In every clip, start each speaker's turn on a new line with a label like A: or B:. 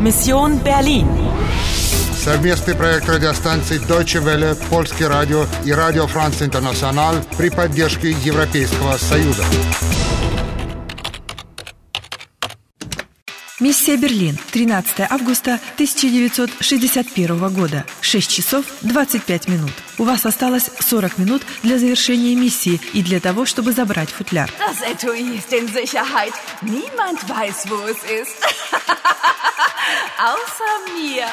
A: Mission Berlin.
B: Совместный проект радиостанций Deutsche Welle, Польский радио и Радио Франц Интернационал при поддержке Европейского Союза.
C: Миссия Берлин. 13 августа 1961 года. 6 часов 25 минут. У вас осталось 40 минут для завершения миссии и для того, чтобы забрать футляр.
D: Das Etui ist in Sicherheit. Niemand weiß, wo es ist. Außer mir.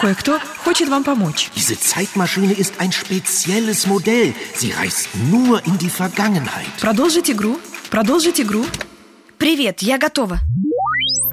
C: Кое-кто хочет вам помочь.
E: Diese Zeitmaschine ist ein spezielles Modell. Sie reist nur in die Vergangenheit.
C: Продолжить игру. Продолжить игру.
F: Привет, я готова.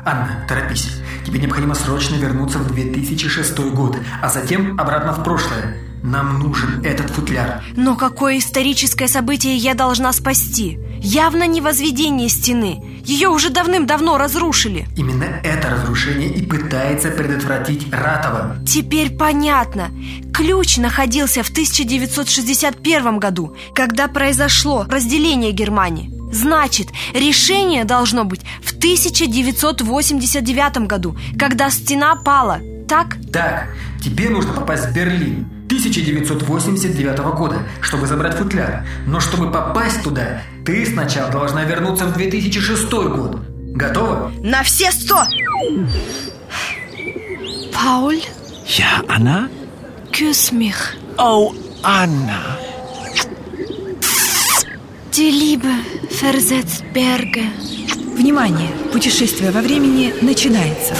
G: Анна, торопись. Тебе необходимо срочно вернуться в 2006 год, а затем обратно в прошлое. Нам нужен этот футляр.
F: Но какое историческое событие я должна спасти? Явно не возведение стены. Ее уже давным-давно разрушили.
G: Именно это разрушение и пытается предотвратить Ратова.
F: Теперь понятно. Ключ находился в 1961 году, когда произошло разделение Германии. Значит, решение должно быть в 1989 году, когда стена пала. Так?
G: Так, тебе нужно попасть в Берлин 1989 года, чтобы забрать футляр. Но чтобы попасть туда, ты сначала должна вернуться в 2006 год. Готова?
F: На все сто! Пауль,
E: Ja, Anna?
F: küss mich.
E: Oh, Anna.
F: Die Liebe versetzt Berge.
C: Внимание! Путешествие во времени начинается.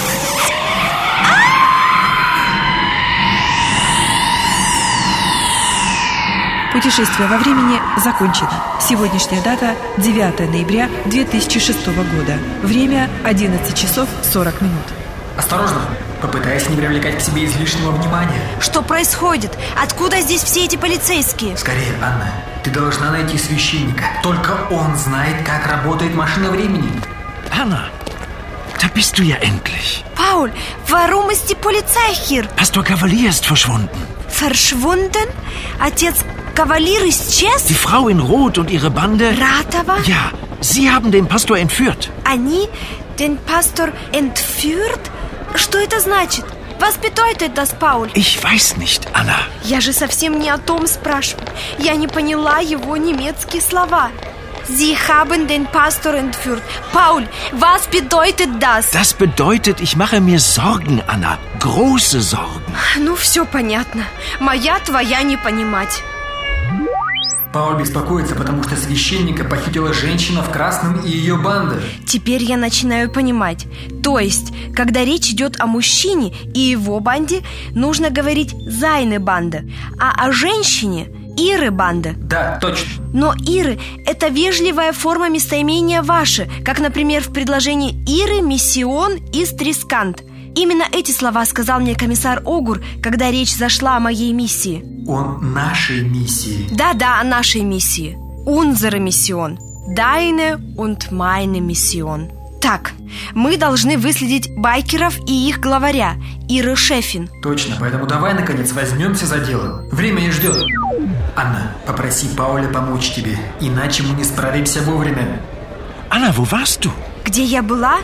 C: Путешествие во времени закончено. Сегодняшняя дата 9 ноября 2006 года. Время 11 часов 40 минут.
G: Осторожно, попытайся не привлекать к себе излишнего внимания.
F: Что происходит? Откуда здесь все эти полицейские?
G: Скорее, Анна, ты должна найти священника. Только он знает, как работает машина времени.
E: Anna, da bist du ja endlich.
F: Пауль, warum ist die Polizei hier?
E: Pastor Cavalier ist verschwunden.
F: Verschwunden? Отец Кавалир исчез?
E: Die Frau in Rot und ihre Bande.
F: Ратова?
E: Ja, sie haben den Pastor entführt.
F: Они? Den Pastor entführt? Что это значит? Вас bedeutet das, Пауль?
E: Ich weiß nicht, Anna.
F: Я же совсем не о том спрашиваю. Я не поняла его немецкие слова. Sie haben den Pastor entführt. Paul, was bedeutet das?
E: Das bedeutet, ich mache mir Sorgen, Anna. Große Sorgen.
F: Ну, все понятно. Моя твоя не понимать.
G: Пауль беспокоится, потому что священника похитила женщина в красном и ее банда.
F: Теперь я начинаю понимать. То есть, когда речь идет о мужчине и его банде, нужно говорить «зайны банда», а о женщине – «иры банда».
G: Да, точно.
F: Но «иры» – это вежливая форма местоимения «ваши», как, например, в предложении «иры», «миссион» и «стрискант». Именно эти слова сказал мне комиссар Огур, когда речь зашла о моей миссии.
G: Он нашей миссии.
F: Да-да, о нашей миссии. Unsere Mission. Deine und meine Mission. Так, мы должны выследить байкеров и их главаря, Иры Шефин.
G: Точно, поэтому давай, наконец, возьмемся за дело. Время не ждет. Анна, попроси Пауля помочь тебе, иначе мы не справимся вовремя.
E: Anna, wo warst du?
F: Где я была?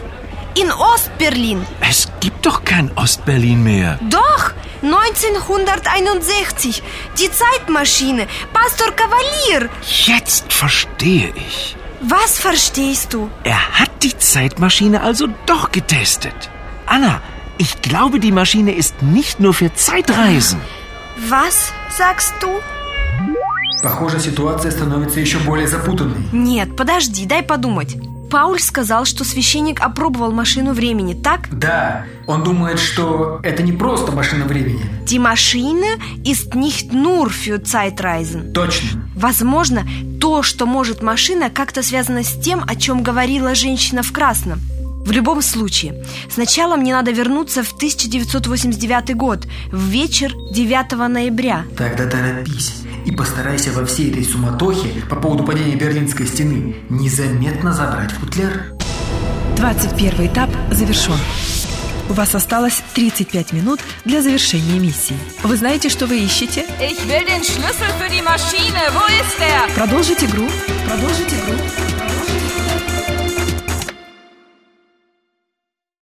F: In Ostberlin.
E: Es gibt doch kein Ostberlin mehr.
F: Doch, 1961. Die Zeitmaschine. Pastor Кавалир.
E: Jetzt verstehe ich.
F: Was verstehst du?
E: Er hat die Zeitmaschine also doch getestet. Anna, ich glaube, die Maschine ist nicht nur für Zeitreisen.
F: Was sagst du?
G: Похоже, ситуация становится еще более запутанной.
F: Нет, подожди, дай подумать. Пауль сказал, что священник опробовал машину времени, так?
G: Да, он думает, что это не просто машина времени.
F: Die Maschine ist nicht nur für Zeitreisen.
G: Точно.
F: Возможно, то, что может машина, как-то связано с тем, о чем говорила женщина в красном. В любом случае, сначала мне надо вернуться в 1989 год, в вечер 9 ноября.
G: Тогда торопись и постарайся во всей этой суматохе по поводу падения Берлинской стены незаметно забрать футляр.
C: 21 этап завершен. У вас осталось 35 минут для завершения миссии. Вы знаете, что вы ищете?
D: Ich will den Schlüssel für die Maschine. Wo ist er?
C: Продолжить игру. Продолжить игру.